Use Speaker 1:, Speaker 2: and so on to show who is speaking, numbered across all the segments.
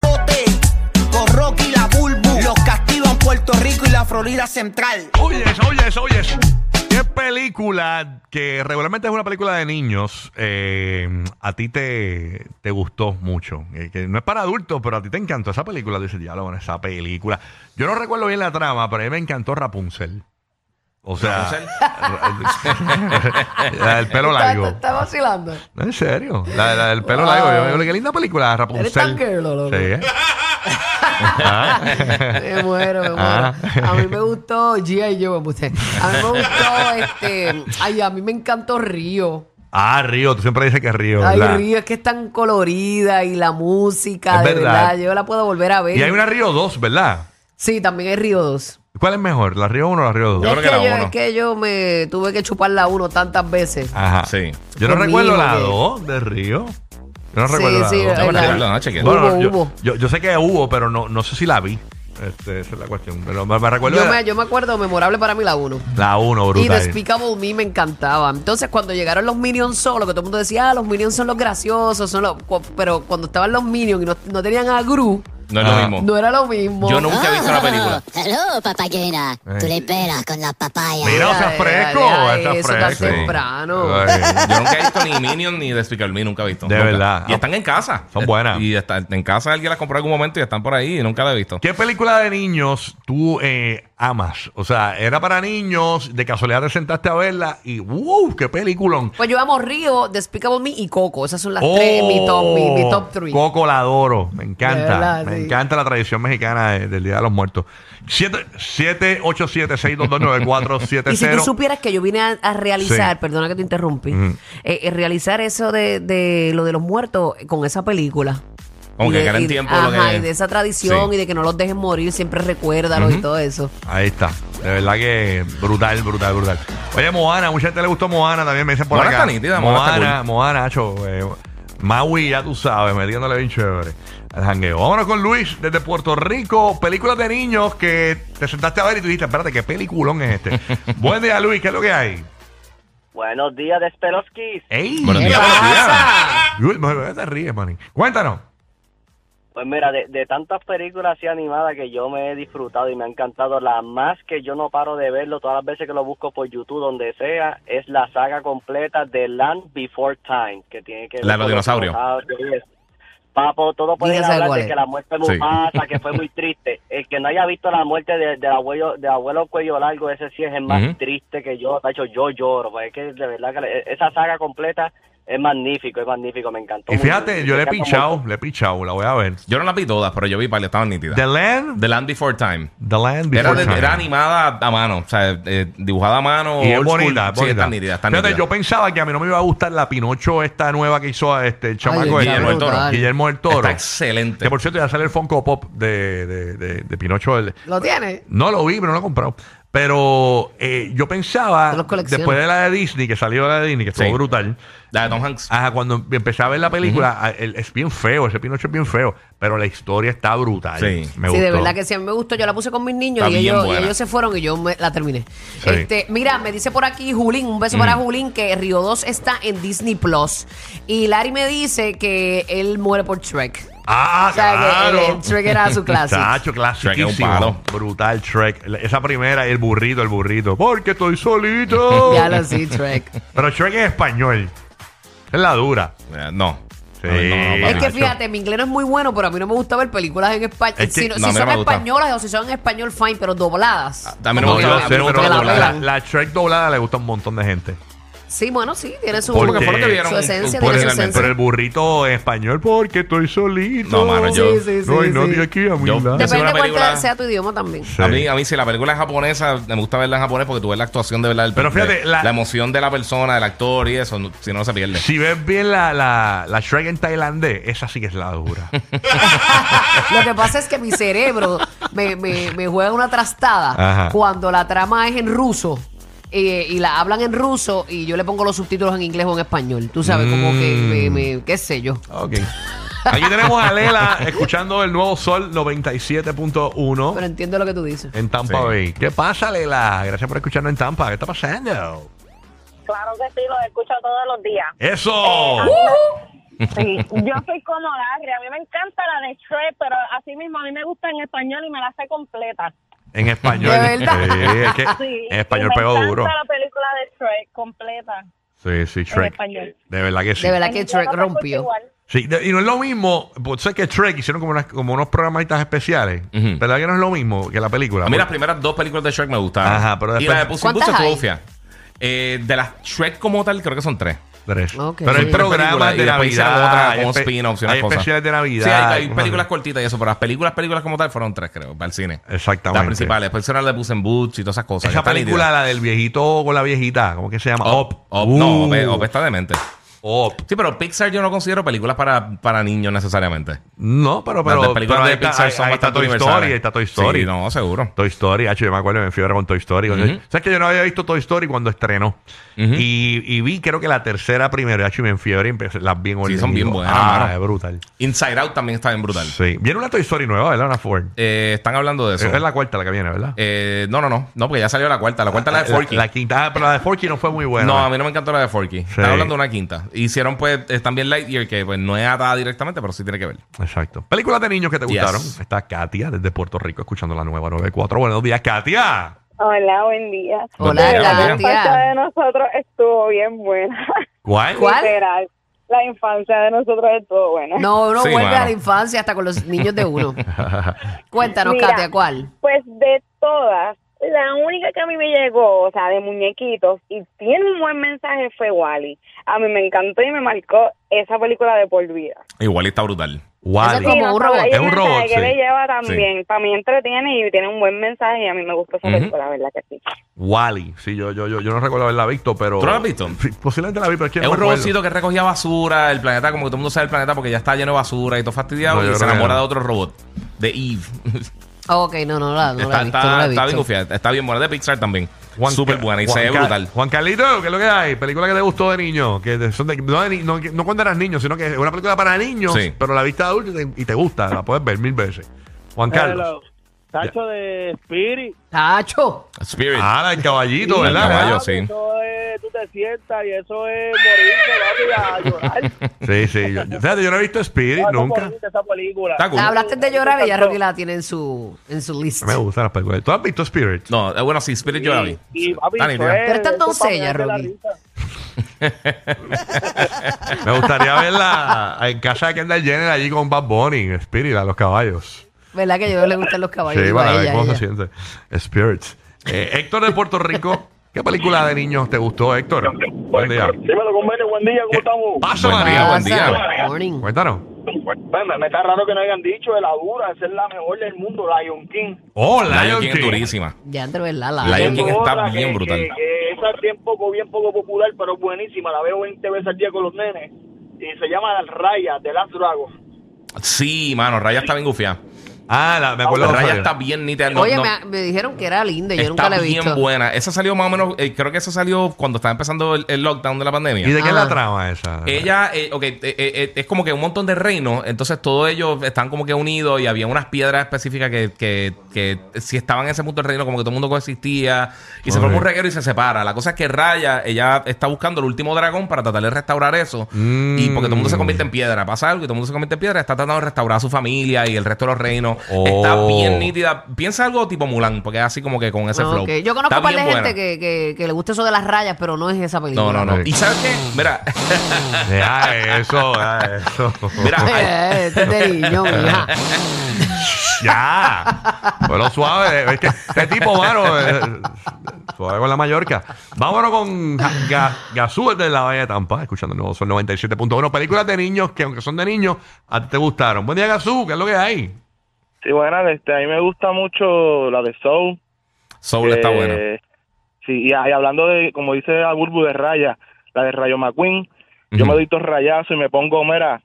Speaker 1: Bote, con Rocky la Bulbu. Los castigan Puerto Rico y la Florida Central.
Speaker 2: Oyes, oyes, oyes. ¿Qué película que regularmente es una película de niños eh, a ti te, te gustó mucho? Eh, que no es para adultos, pero a ti te encantó esa película. Dice, diablo, con esa película. Yo no recuerdo bien la trama, pero a mí me encantó Rapunzel. O sea, la del pelo
Speaker 3: Está-
Speaker 2: largo.
Speaker 3: Está, está vacilando.
Speaker 2: No, en serio. La, la del pelo largo. Yo, yo, qué linda película, Rapunzel.
Speaker 3: Eres tan girl, loco.
Speaker 2: Sí, ¿eh? Ah.
Speaker 3: Me muero, me muero.
Speaker 2: Ah.
Speaker 3: A mí me gustó G.I. Joe, me puse. A mí me gustó este. Ay, a mí me encantó Río.
Speaker 2: Ah, Río, tú siempre dices que Río.
Speaker 3: Ay,
Speaker 2: ¿verdad?
Speaker 3: Río, es que es tan colorida y la música,
Speaker 2: Es
Speaker 3: de
Speaker 2: verdad.
Speaker 3: verdad. Yo la puedo volver a ver.
Speaker 2: Y hay una Río 2, ¿verdad?
Speaker 3: Sí, también hay Río 2.
Speaker 2: ¿Cuál es mejor, la Río 1 o la Río 2?
Speaker 3: es,
Speaker 4: creo
Speaker 3: que
Speaker 4: que la
Speaker 3: yo,
Speaker 4: uno.
Speaker 3: es que yo me tuve que chupar la uno tantas veces.
Speaker 2: Ajá.
Speaker 4: Sí.
Speaker 2: Yo no
Speaker 3: Conmigo,
Speaker 2: recuerdo la
Speaker 3: que-
Speaker 2: 2 de Río. Yo no
Speaker 3: Sí,
Speaker 2: recuerdo la
Speaker 3: sí,
Speaker 2: dos.
Speaker 3: es
Speaker 4: No,
Speaker 3: verdad.
Speaker 4: chequearlo, no, chequearlo.
Speaker 2: Bueno,
Speaker 3: Hubo,
Speaker 2: yo,
Speaker 3: hubo.
Speaker 2: Yo, yo sé que hubo, pero no, no sé si la vi. Este, esa es la cuestión. Pero me, me recuerdo
Speaker 3: Yo
Speaker 2: de
Speaker 3: me, yo me acuerdo, memorable para mí la 1.
Speaker 2: la 1,
Speaker 3: Y The
Speaker 2: brutal.
Speaker 3: Despicable Me me encantaba. Entonces, cuando llegaron los Minions solo, que todo el mundo decía, ah, los Minions son los graciosos, son los... cu- pero cuando estaban los Minions y no, no tenían a Gru,
Speaker 4: No es lo
Speaker 2: Ah.
Speaker 4: mismo.
Speaker 3: no era lo mismo. Ah.
Speaker 4: Yo nunca he visto la Eh. película.
Speaker 5: Ah. Hello, papayona. Tú le esperas con la papaya.
Speaker 2: Mira, o sea,
Speaker 3: Deja,
Speaker 2: fresco.
Speaker 3: deja
Speaker 2: o sea,
Speaker 3: eso tan
Speaker 2: fresco.
Speaker 3: temprano.
Speaker 2: Ay,
Speaker 4: Yo nunca he visto ni Minion ni Despicable Me, nunca he visto.
Speaker 2: De
Speaker 4: Nunca.
Speaker 2: verdad.
Speaker 4: Y están en casa.
Speaker 2: Son buenas.
Speaker 4: Y están en casa alguien las compró en algún momento y están por ahí y nunca la he visto.
Speaker 2: ¿Qué película de niños tú eh, amas? O sea, era para niños, de casualidad te sentaste a verla y ¡wow! ¡Qué peliculón!
Speaker 3: Pues yo amo Río, Despicable Me y Coco. Esas son las tres, mi top, mi, mi top three.
Speaker 2: Oh, Coco la adoro. Me encanta.
Speaker 3: De verdad,
Speaker 2: me
Speaker 3: sí.
Speaker 2: encanta la tradición mexicana de- del Día de los Muertos. 787-622-9470.
Speaker 3: Y si tú supieras que yo vine a, a realizar,
Speaker 2: Sí.
Speaker 3: perdona que te interrumpí,
Speaker 2: Ujú.
Speaker 3: eh, eh, realizar eso de, de lo de los muertos eh, con esa película.
Speaker 4: Como
Speaker 3: Y
Speaker 4: que
Speaker 3: de-
Speaker 4: que era en
Speaker 3: y-
Speaker 4: tiempo. lo
Speaker 3: Ajá,
Speaker 4: que-
Speaker 3: y de esa tradición
Speaker 4: Sí.
Speaker 3: y de que no los dejen morir, siempre recuérdalos y todo eso.
Speaker 2: Ahí está. De verdad que brutal, brutal, brutal. Oye, Moana, mucha gente le gustó Moana también, me dicen por
Speaker 4: Moana
Speaker 2: acá.
Speaker 4: está nítida, Moana está
Speaker 2: Moana, Moana, Nacho. eh, Maui, ya tú sabes, metiéndole bien chévere al jangueo. Vámonos con Luis desde Puerto Rico. Películas de niños que te sentaste a ver y tú dijiste, espérate, ¿qué peliculón es este? Buen día, Luis, ¿qué es lo que hay?
Speaker 6: Buenos días, Desperoskis.
Speaker 2: ¡Ey!
Speaker 4: Buenos días, buenos días.
Speaker 2: Uy, me- me- te ríes, maní. Cuéntanos.
Speaker 6: Pues mira, de, de tantas películas así animadas que yo me he disfrutado y me ha encantado, la más que yo no paro de verlo todas las veces que lo busco por YouTube, donde sea, es la saga completa de Land Before Time, que tiene que ver
Speaker 4: La de los
Speaker 6: con
Speaker 4: dinosaurios.
Speaker 6: dinosaurios. Papo, todo pueden
Speaker 3: Dígase
Speaker 6: hablar
Speaker 3: cuál
Speaker 6: de
Speaker 3: es.
Speaker 6: que la muerte de
Speaker 4: Sí.
Speaker 6: Mufasa, que fue muy triste. El que no haya visto la muerte de- del abuelo, de abuelo cuello largo, ese sí es el más
Speaker 4: Ujú.
Speaker 6: triste que yo. De hecho, yo lloro. pues es que de verdad que le- esa saga completa es magnífico, es magnífico, me encantó.
Speaker 2: Y
Speaker 6: mucho,
Speaker 2: fíjate,
Speaker 6: me
Speaker 2: yo le he
Speaker 6: encantó
Speaker 2: pinchado, le he pinchado, la voy a ver.
Speaker 4: Yo no las vi todas, pero yo vi para estaban nítidas.
Speaker 2: The Land,
Speaker 4: The Land Before Time.
Speaker 2: The Land
Speaker 4: Era,
Speaker 2: Before
Speaker 4: de-
Speaker 2: Time.
Speaker 4: era animada a mano, o sea, eh, dibujada a mano.
Speaker 2: Y es
Speaker 4: old school.
Speaker 2: bonita, es
Speaker 4: Sí,
Speaker 2: bonita.
Speaker 4: están nítidas, están
Speaker 2: Fíjate,
Speaker 4: nítidas.
Speaker 2: yo pensaba que a mí no me iba a gustar la Pinocho esta nueva que hizo a este el chamaco
Speaker 3: está
Speaker 2: este,
Speaker 4: Guillermo del Toro.
Speaker 3: brutal.
Speaker 2: Guillermo del Toro.
Speaker 4: Está excelente.
Speaker 2: Que por cierto ya sale el Funko Pop de, de- de- de Pinocho. El-
Speaker 3: ¿Lo tiene?
Speaker 2: no lo vi, pero no lo he comprado. Pero eh, yo pensaba,
Speaker 3: Yo los colecciono.
Speaker 2: después de la de Disney, que salió la de Disney, que estuvo
Speaker 4: Sí.
Speaker 2: brutal.
Speaker 4: La de Tom Hanks.
Speaker 2: Ajá, cuando empecé a ver la película, ah, el- es bien feo, ese Pinocho es bien feo, pero la historia está brutal.
Speaker 4: Sí.
Speaker 2: me
Speaker 3: sí,
Speaker 2: gustó.
Speaker 3: de verdad que sí, a mí me gustó. Yo la puse con mis niños
Speaker 4: Está
Speaker 3: y
Speaker 4: bien
Speaker 3: ellos,
Speaker 4: buena.
Speaker 3: y ellos se fueron y yo me- la terminé.
Speaker 2: Sí.
Speaker 3: Este, mira, me dice por aquí Julín, un beso
Speaker 4: Mm.
Speaker 3: para Julín, que Río 2 está en Disney Plus. Y Larry me dice que él muere por Shrek.
Speaker 2: Ah,
Speaker 3: O sea,
Speaker 2: claro.
Speaker 3: que el, el Shrek era su clase.
Speaker 2: Chacho, clasiquísimo.
Speaker 4: Shrek es un palo.
Speaker 2: Brutal Shrek. La- Esa primera, el burrito, el burrito. Porque estoy solito.
Speaker 3: ya lo sí, Shrek.
Speaker 2: Pero Shrek es español. Es la dura.
Speaker 4: Eh, no.
Speaker 2: Sí.
Speaker 4: No, no, no,
Speaker 3: Es
Speaker 4: papi.
Speaker 3: que
Speaker 2: Nacho.
Speaker 3: fíjate, mi inglés no es muy bueno, pero a mí no me gusta ver películas en español.
Speaker 2: Es que-
Speaker 3: si no-
Speaker 4: no, a mí
Speaker 3: si
Speaker 4: no
Speaker 3: son
Speaker 4: me gusta. Ah,
Speaker 3: españolas o si son en español, fine, pero dobladas.
Speaker 4: A mí no me
Speaker 3: Como
Speaker 2: yo
Speaker 4: gusta
Speaker 3: que la-
Speaker 2: sé,
Speaker 3: como
Speaker 2: pero
Speaker 3: que la
Speaker 2: la,
Speaker 3: pelan.
Speaker 2: la Shrek doblada le gusta a un montón de gente.
Speaker 3: Sí, bueno, sí, tiene su,
Speaker 2: ¿Por
Speaker 4: Porque fue lo que
Speaker 2: qué?
Speaker 4: vieron.
Speaker 3: su esencia,
Speaker 4: por
Speaker 3: tiene
Speaker 4: el
Speaker 3: su
Speaker 4: almendro.
Speaker 3: esencia.
Speaker 2: Pero el burrito en español, porque estoy solito.
Speaker 4: No, mano, yo-
Speaker 3: Sí, sí, sí,
Speaker 2: no hay nadie
Speaker 3: sí.
Speaker 2: aquí a mi
Speaker 4: Yo-
Speaker 2: lado.
Speaker 4: Dep-
Speaker 3: Depende
Speaker 4: una
Speaker 3: de cuál
Speaker 4: película-
Speaker 3: sea tu idioma también.
Speaker 2: Sí.
Speaker 4: A mí, a mí, si la película es japonesa, me gusta verla en japonés porque tú ves la actuación de verdad. del-
Speaker 2: Pero fíjate,
Speaker 4: de-
Speaker 2: la-
Speaker 4: la... emoción de la persona, del actor y eso, no- si no, no se pierde.
Speaker 2: Si ves bien la, la, la Shrek en tailandés, esa sí que es la dura.
Speaker 3: Lo que pasa es que mi cerebro me, me- me juega una trastada
Speaker 2: Ajá.
Speaker 3: cuando la trama es en ruso. eh, y la hablan en ruso y yo le pongo los subtítulos en inglés o en español. Tú sabes, como que, me-
Speaker 4: Mm.
Speaker 3: me- qué sé yo.
Speaker 2: ok. Aquí tenemos a Lela escuchando el nuevo Sol 97.1.
Speaker 3: Pero entiendo lo que tú dices.
Speaker 2: En Tampa
Speaker 4: Sí.
Speaker 2: Bay. ¿Qué pasa, Lela? Gracias por escucharnos en Tampa. ¿Qué está pasando?
Speaker 7: Claro que sí, los escucho todos los días. Eh,
Speaker 2: ¡Eso!
Speaker 7: Sí, yo soy como Larry, a mí me encanta la de Shrek, pero así mismo a mí me gusta en español y me la sé completa.
Speaker 2: En español.
Speaker 3: De verdad.
Speaker 2: Sí, es que
Speaker 7: Sí,
Speaker 2: en español
Speaker 7: y me
Speaker 2: pegó
Speaker 7: encanta
Speaker 2: duro.
Speaker 7: la película de Shrek completa
Speaker 2: Sí, sí,
Speaker 7: en
Speaker 2: Shrek.
Speaker 7: español.
Speaker 2: De verdad que sí.
Speaker 3: De verdad
Speaker 7: En
Speaker 3: que
Speaker 7: inglés
Speaker 3: Shrek
Speaker 7: no se escucha
Speaker 3: rompió.
Speaker 7: igual.
Speaker 2: Sí, de- y no es lo mismo, pues sé que Shrek hicieron como, unas, como unos programitas especiales,
Speaker 4: Ujú.
Speaker 2: ¿verdad que no es lo mismo que la película?
Speaker 4: A mí las
Speaker 2: Porque-
Speaker 4: primeras dos películas de Shrek me gustaron.
Speaker 2: Ajá, pero
Speaker 4: Y
Speaker 2: después-
Speaker 4: la de Puss in Boots
Speaker 3: ¿Cuántas hay?
Speaker 4: estuvo fia. Eh, de las Shrek como tal, creo que son tres.
Speaker 2: Tres.
Speaker 3: Ok.
Speaker 2: Pero hay
Speaker 3: Sí.
Speaker 2: programas
Speaker 4: Películas, y
Speaker 2: de
Speaker 4: después hicieron
Speaker 2: Navidad.
Speaker 4: otra
Speaker 2: hay
Speaker 4: como
Speaker 2: espe-
Speaker 4: spin-offs y unas
Speaker 2: Hay
Speaker 4: cosas.
Speaker 2: especiales de Navidad.
Speaker 4: Sí, hay, hay
Speaker 2: cosas
Speaker 4: películas
Speaker 2: así. Eh,
Speaker 4: cortitas y eso, pero las películas, películas como tal fueron tres, creo, para el cine.
Speaker 2: Exactamente.
Speaker 4: Las principales. Después hicieron la de Puss in Boots y todas esas cosas. que
Speaker 2: Esa
Speaker 4: están
Speaker 2: película,
Speaker 4: nítidas.
Speaker 2: la del viejito con la viejita, ¿cómo que se llama?
Speaker 4: Up. Up.
Speaker 2: Uh,
Speaker 4: No, Up, Up está demente.
Speaker 2: Up.
Speaker 4: Sí, pero Pixar yo no considero películas para, para niños necesariamente.
Speaker 2: No, pero,
Speaker 4: Las
Speaker 2: pero,
Speaker 4: de películas
Speaker 2: pero
Speaker 4: de Pixar
Speaker 2: ahí-
Speaker 4: son
Speaker 2: ahí está
Speaker 4: bastante
Speaker 2: Toy
Speaker 4: universales.
Speaker 2: Story, ahí está Toy Story.
Speaker 4: Sí, no, seguro.
Speaker 2: Toy Story, hacho, yo me acuerdo, me fiebre con Toy Story.
Speaker 4: Ujú.
Speaker 2: ¿Sabes que yo no había visto Toy Story cuando estrenó? y, y vi, creo que la tercera primero, hacho, y me enfiebre y empecé- las vi en orden.
Speaker 4: Sí, son
Speaker 2: Y
Speaker 4: bien
Speaker 2: digo,
Speaker 4: buenas,
Speaker 2: Ah,
Speaker 4: mano.
Speaker 2: es brutal.
Speaker 4: Inside Out también está bien brutal.
Speaker 2: Sí. Viene una Toy Story nueva, ¿verdad? Una Ford.
Speaker 4: Eh, están hablando de eso.
Speaker 2: Esa es la cuarta la que viene, ¿verdad?
Speaker 4: Eh, no, no, no. No, porque ya salió la cuarta. La cuarta es la de Forky.
Speaker 2: La, quinta, ah, pero la de Forky no fue muy buena.
Speaker 4: no, a mí no me encantó la de Forky.
Speaker 2: Sí.
Speaker 4: Están hablando de una quinta. Hicieron pues eh, también Lightyear, que pues no es atada directamente, pero sí tiene que ver.
Speaker 2: Exacto. Películas de niños que te
Speaker 4: Yes.
Speaker 2: gustaron. Está Katia desde Puerto Rico escuchando la nueva 94. Buenos días, Katia.
Speaker 7: Hola, buen día.
Speaker 3: Hola,
Speaker 4: Buen día,
Speaker 7: la
Speaker 4: buen
Speaker 3: día.
Speaker 7: infancia de nosotros estuvo bien buena.
Speaker 2: ¿Cuál?
Speaker 3: ¿Cuál?
Speaker 7: Literal. La infancia de nosotros estuvo buena.
Speaker 3: No, uno
Speaker 4: Sí,
Speaker 3: vuelve
Speaker 4: mano.
Speaker 3: a la infancia hasta con los niños de uno. Cuéntanos,
Speaker 7: Mira.
Speaker 3: Katia, ¿cuál?
Speaker 7: Pues de todas, la única que a mí me llegó, o sea, de muñequitos, y tiene un buen mensaje fue Wally. A mí me encantó y me marcó esa película de por vida.
Speaker 4: Igual y está brutal.
Speaker 3: Esa
Speaker 2: Wally.
Speaker 3: como un robot.
Speaker 7: hay
Speaker 2: Es un
Speaker 7: mensaje
Speaker 2: robot,
Speaker 7: que
Speaker 2: sí.
Speaker 7: le lleva también. Para mí entretiene y tiene un buen mensaje y a mí me gustó esa
Speaker 4: Ujú.
Speaker 7: película, la verdad que sí.
Speaker 2: Wally. Sí, yo, yo, yo, yo no recuerdo haberla visto, pero.
Speaker 4: ¿Tú no la has visto?
Speaker 2: Sí, posiblemente la vi, pero es que
Speaker 4: Es
Speaker 2: no
Speaker 4: un
Speaker 2: me acuerdo.
Speaker 4: robotcito que recogía basura, el planeta, como que todo el mundo sabe el planeta porque ya está lleno de basura y todo fastidiado
Speaker 2: No, yo
Speaker 4: y se
Speaker 2: creo que
Speaker 4: enamora
Speaker 2: no.
Speaker 4: de otro robot. De Eve.
Speaker 3: Ah, ok, no, no, la, no
Speaker 4: está,
Speaker 3: la he visto.
Speaker 4: está-
Speaker 3: no la
Speaker 4: está
Speaker 3: he
Speaker 4: bien
Speaker 3: visto.
Speaker 4: confiada. Está bien buena. De Pixar también.
Speaker 2: Juan
Speaker 4: Súper
Speaker 2: Ca-
Speaker 4: buena y
Speaker 2: Juan
Speaker 4: se ve
Speaker 2: Ca-
Speaker 4: brutal.
Speaker 2: Juan Carlito, ¿qué es lo que hay? Película que te gustó de niño. Que te- son de- no, de ni- no- que- no cuando eras niño, sino que es una película para niños,
Speaker 4: Sí.
Speaker 2: pero la vista de adulto y te, y te gusta, la puedes ver mil veces. Juan Carlos.
Speaker 8: Tacho de Spirit.
Speaker 3: Tacho.
Speaker 4: Spirit.
Speaker 2: Ah, la del caballito,
Speaker 4: Sí,
Speaker 2: ¿verdad?
Speaker 4: el caballo.
Speaker 8: Ah,
Speaker 4: sí.
Speaker 8: Eso es, tú te sientas y eso es morirse, papi, a llorar.
Speaker 2: Sí, sí. Yo, yo- fíjate, yo no he visto Spirit
Speaker 8: Ah, no
Speaker 2: nunca.
Speaker 8: moriste esa película.
Speaker 4: Está cool.
Speaker 3: Hablaste de llorar y ya Rocky la tiene en su, en su list.
Speaker 2: Me gustan las películas. ¿Tú has visto Spirit?
Speaker 4: No, eh, bueno, sí, Spirit yo la vi.
Speaker 8: Y, papi,
Speaker 4: Está
Speaker 8: eso
Speaker 4: nítida.
Speaker 8: es-
Speaker 3: Pero esta
Speaker 8: eso es pa'
Speaker 3: doncella,
Speaker 8: mearse la
Speaker 3: Rocky.
Speaker 8: risa.
Speaker 2: Me gustaría verla en casa de Kendall Jenner allí con Bad Bunny, Spirit, a los caballos.
Speaker 3: ¿Verdad que yo le gustan los caballos?
Speaker 2: sí,
Speaker 3: Digo,
Speaker 2: para
Speaker 3: a
Speaker 2: ver
Speaker 3: ella, a
Speaker 2: cómo se
Speaker 3: ella.
Speaker 2: siente. Spirit. Eh, Héctor de Puerto Rico, ¿qué película de niños te gustó, Héctor? Buen día.
Speaker 8: Dímelo, convene, buen día,
Speaker 4: Eh,
Speaker 8: ¿cómo estamos?
Speaker 2: Paso,
Speaker 4: Buen
Speaker 2: María.
Speaker 4: día, buen día.
Speaker 3: Pasa, morning.
Speaker 2: Cuéntanos.
Speaker 8: Bueno, me- me está raro que no hayan dicho de la dura, esa es la mejor del mundo, Lion King.
Speaker 2: Oh,
Speaker 4: Lion King es durísima.
Speaker 3: Ya entre verdad, la.
Speaker 4: Lion
Speaker 8: Tengo
Speaker 4: King está
Speaker 8: otra
Speaker 4: bien
Speaker 8: que-
Speaker 4: brutal.
Speaker 8: que- que esa es bien poco, bien poco popular, pero es buenísima, la veo 20 veces al día con los nenes. Y se llama Raya, de Last Dragon.
Speaker 4: Sí, mano, Raya está bien gufiada.
Speaker 2: Ah, la- me acuerdo.
Speaker 4: Raya
Speaker 2: Javier.
Speaker 4: está bien nítida. No,
Speaker 3: Oye,
Speaker 4: no-
Speaker 3: me, me dijeron que era linda, yo
Speaker 4: está
Speaker 3: nunca la he
Speaker 4: bien
Speaker 3: visto.
Speaker 4: buena. Esa salió más o menos, eh, creo que esa salió cuando estaba empezando el, el lockdown de la pandemia.
Speaker 2: ¿Y de qué es la
Speaker 3: Ah.
Speaker 2: trama esa?
Speaker 4: Ella, eh, ok, eh, eh, eh, es como que un montón de reinos, entonces todos ellos están como que unidos y había unas piedras específicas que, que, que si estaban en ese punto del reino, como que todo el mundo coexistía y se
Speaker 2: Ok.
Speaker 4: forma un reguero y se separa. La cosa es que Raya, ella está buscando el último dragón para tratar de restaurar eso
Speaker 2: Mm.
Speaker 4: y porque todo el mundo se convierte en piedra, pasa algo y todo el mundo se convierte en piedra, está tratando de restaurar a su familia y el resto de los reinos.
Speaker 2: Oh.
Speaker 4: Está bien nítida. Piensa algo tipo Mulan, porque es así como que con ese
Speaker 3: Ah,
Speaker 4: flow.
Speaker 3: ok. Yo conozco
Speaker 4: Está
Speaker 3: un par de
Speaker 4: bien buena.
Speaker 3: gente que, que, que le gusta eso de las rayas, pero no es esa
Speaker 4: No,
Speaker 3: película.
Speaker 4: no, no.
Speaker 2: Sí.
Speaker 4: ¿Y sabes qué? Mira,
Speaker 2: Ah, eso, ah, eso.
Speaker 4: mira, hay-
Speaker 3: Eh, este es de niño, mija.
Speaker 2: ya. Bueno, suave. Es que este tipo, mano, eh, suave con la Mallorca. Vámonos con Ga- Gazú desde la Bahía de Tampa, escuchando el nuevo Sol 97.1. Películas de niños que, aunque son de niños, a ti te gustaron. Buen día, Gazú. ¿Qué es lo que hay?
Speaker 8: Sí, bueno, este, a mí me gusta mucho la de Soul.
Speaker 4: Soul está
Speaker 8: Eh,
Speaker 4: buena.
Speaker 8: Sí, y, y hablando de, como dice la Bulbu de Raya, la de Rayo McQueen, yo me doy dos rayazos y me pongo, mira,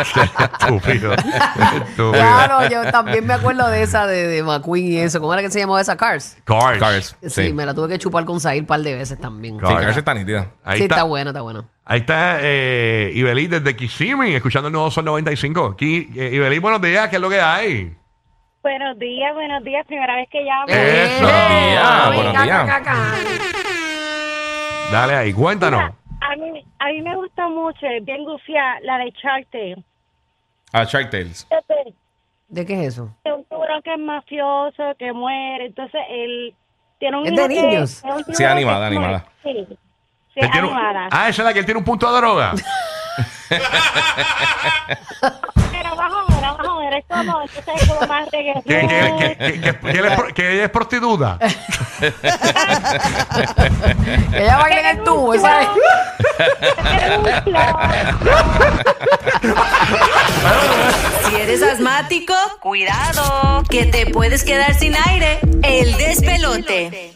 Speaker 2: Estúpido. Estúpido.
Speaker 3: Claro, yo también me acuerdo de esa de, de McQueen y eso. ¿Cómo era que se llamaba esa Cars?
Speaker 2: Cars.
Speaker 4: Cars.
Speaker 3: Sí,
Speaker 4: Sí.
Speaker 3: me la tuve que chupar con Zahir un par de veces también.
Speaker 4: Sí, Cars está nítida.
Speaker 2: Ahí
Speaker 3: sí,
Speaker 2: está.
Speaker 3: está. bueno, está bueno.
Speaker 2: Ahí está eh, Ibelí desde Kissimmee, escuchando el nuevo Sol 95. Aquí, eh, Ibelí, buenos días. ¿Qué es lo que hay?
Speaker 7: Buenos días, buenos días, primera vez que llamo.
Speaker 4: Eh,
Speaker 2: Eso.
Speaker 4: días,
Speaker 3: Ay,
Speaker 4: buenos
Speaker 3: ca,
Speaker 4: días.
Speaker 3: ca, ca, ca.
Speaker 2: Dale ahí, cuéntanos.
Speaker 7: A mí, a mí me gusta mucho, es bien gufia, la de Shark Tale.
Speaker 4: Ah, Shark Tales.
Speaker 3: ¿De qué es eso?
Speaker 7: Es un tiburón que es mafioso, que muere, entonces él tiene un
Speaker 3: ¿Es
Speaker 7: hijo
Speaker 3: de
Speaker 7: que-
Speaker 3: niños?
Speaker 7: es un tiburón
Speaker 4: Sí, animada,
Speaker 7: que es
Speaker 4: animada.
Speaker 7: muere. Sí, sí,
Speaker 2: Él tiene un-
Speaker 7: animada.
Speaker 2: Ah, esa es la que él tiene un punto de droga.
Speaker 7: Pero más o menos, más o menos, es como, entonces es como más reggaetón.
Speaker 2: que, que- que- que- que- que él es pro- que ella es prostituta.
Speaker 3: Ella baila en el tubo, esa es.
Speaker 9: Si eres asmático, cuidado, que te puedes quedar sin aire. El despelote.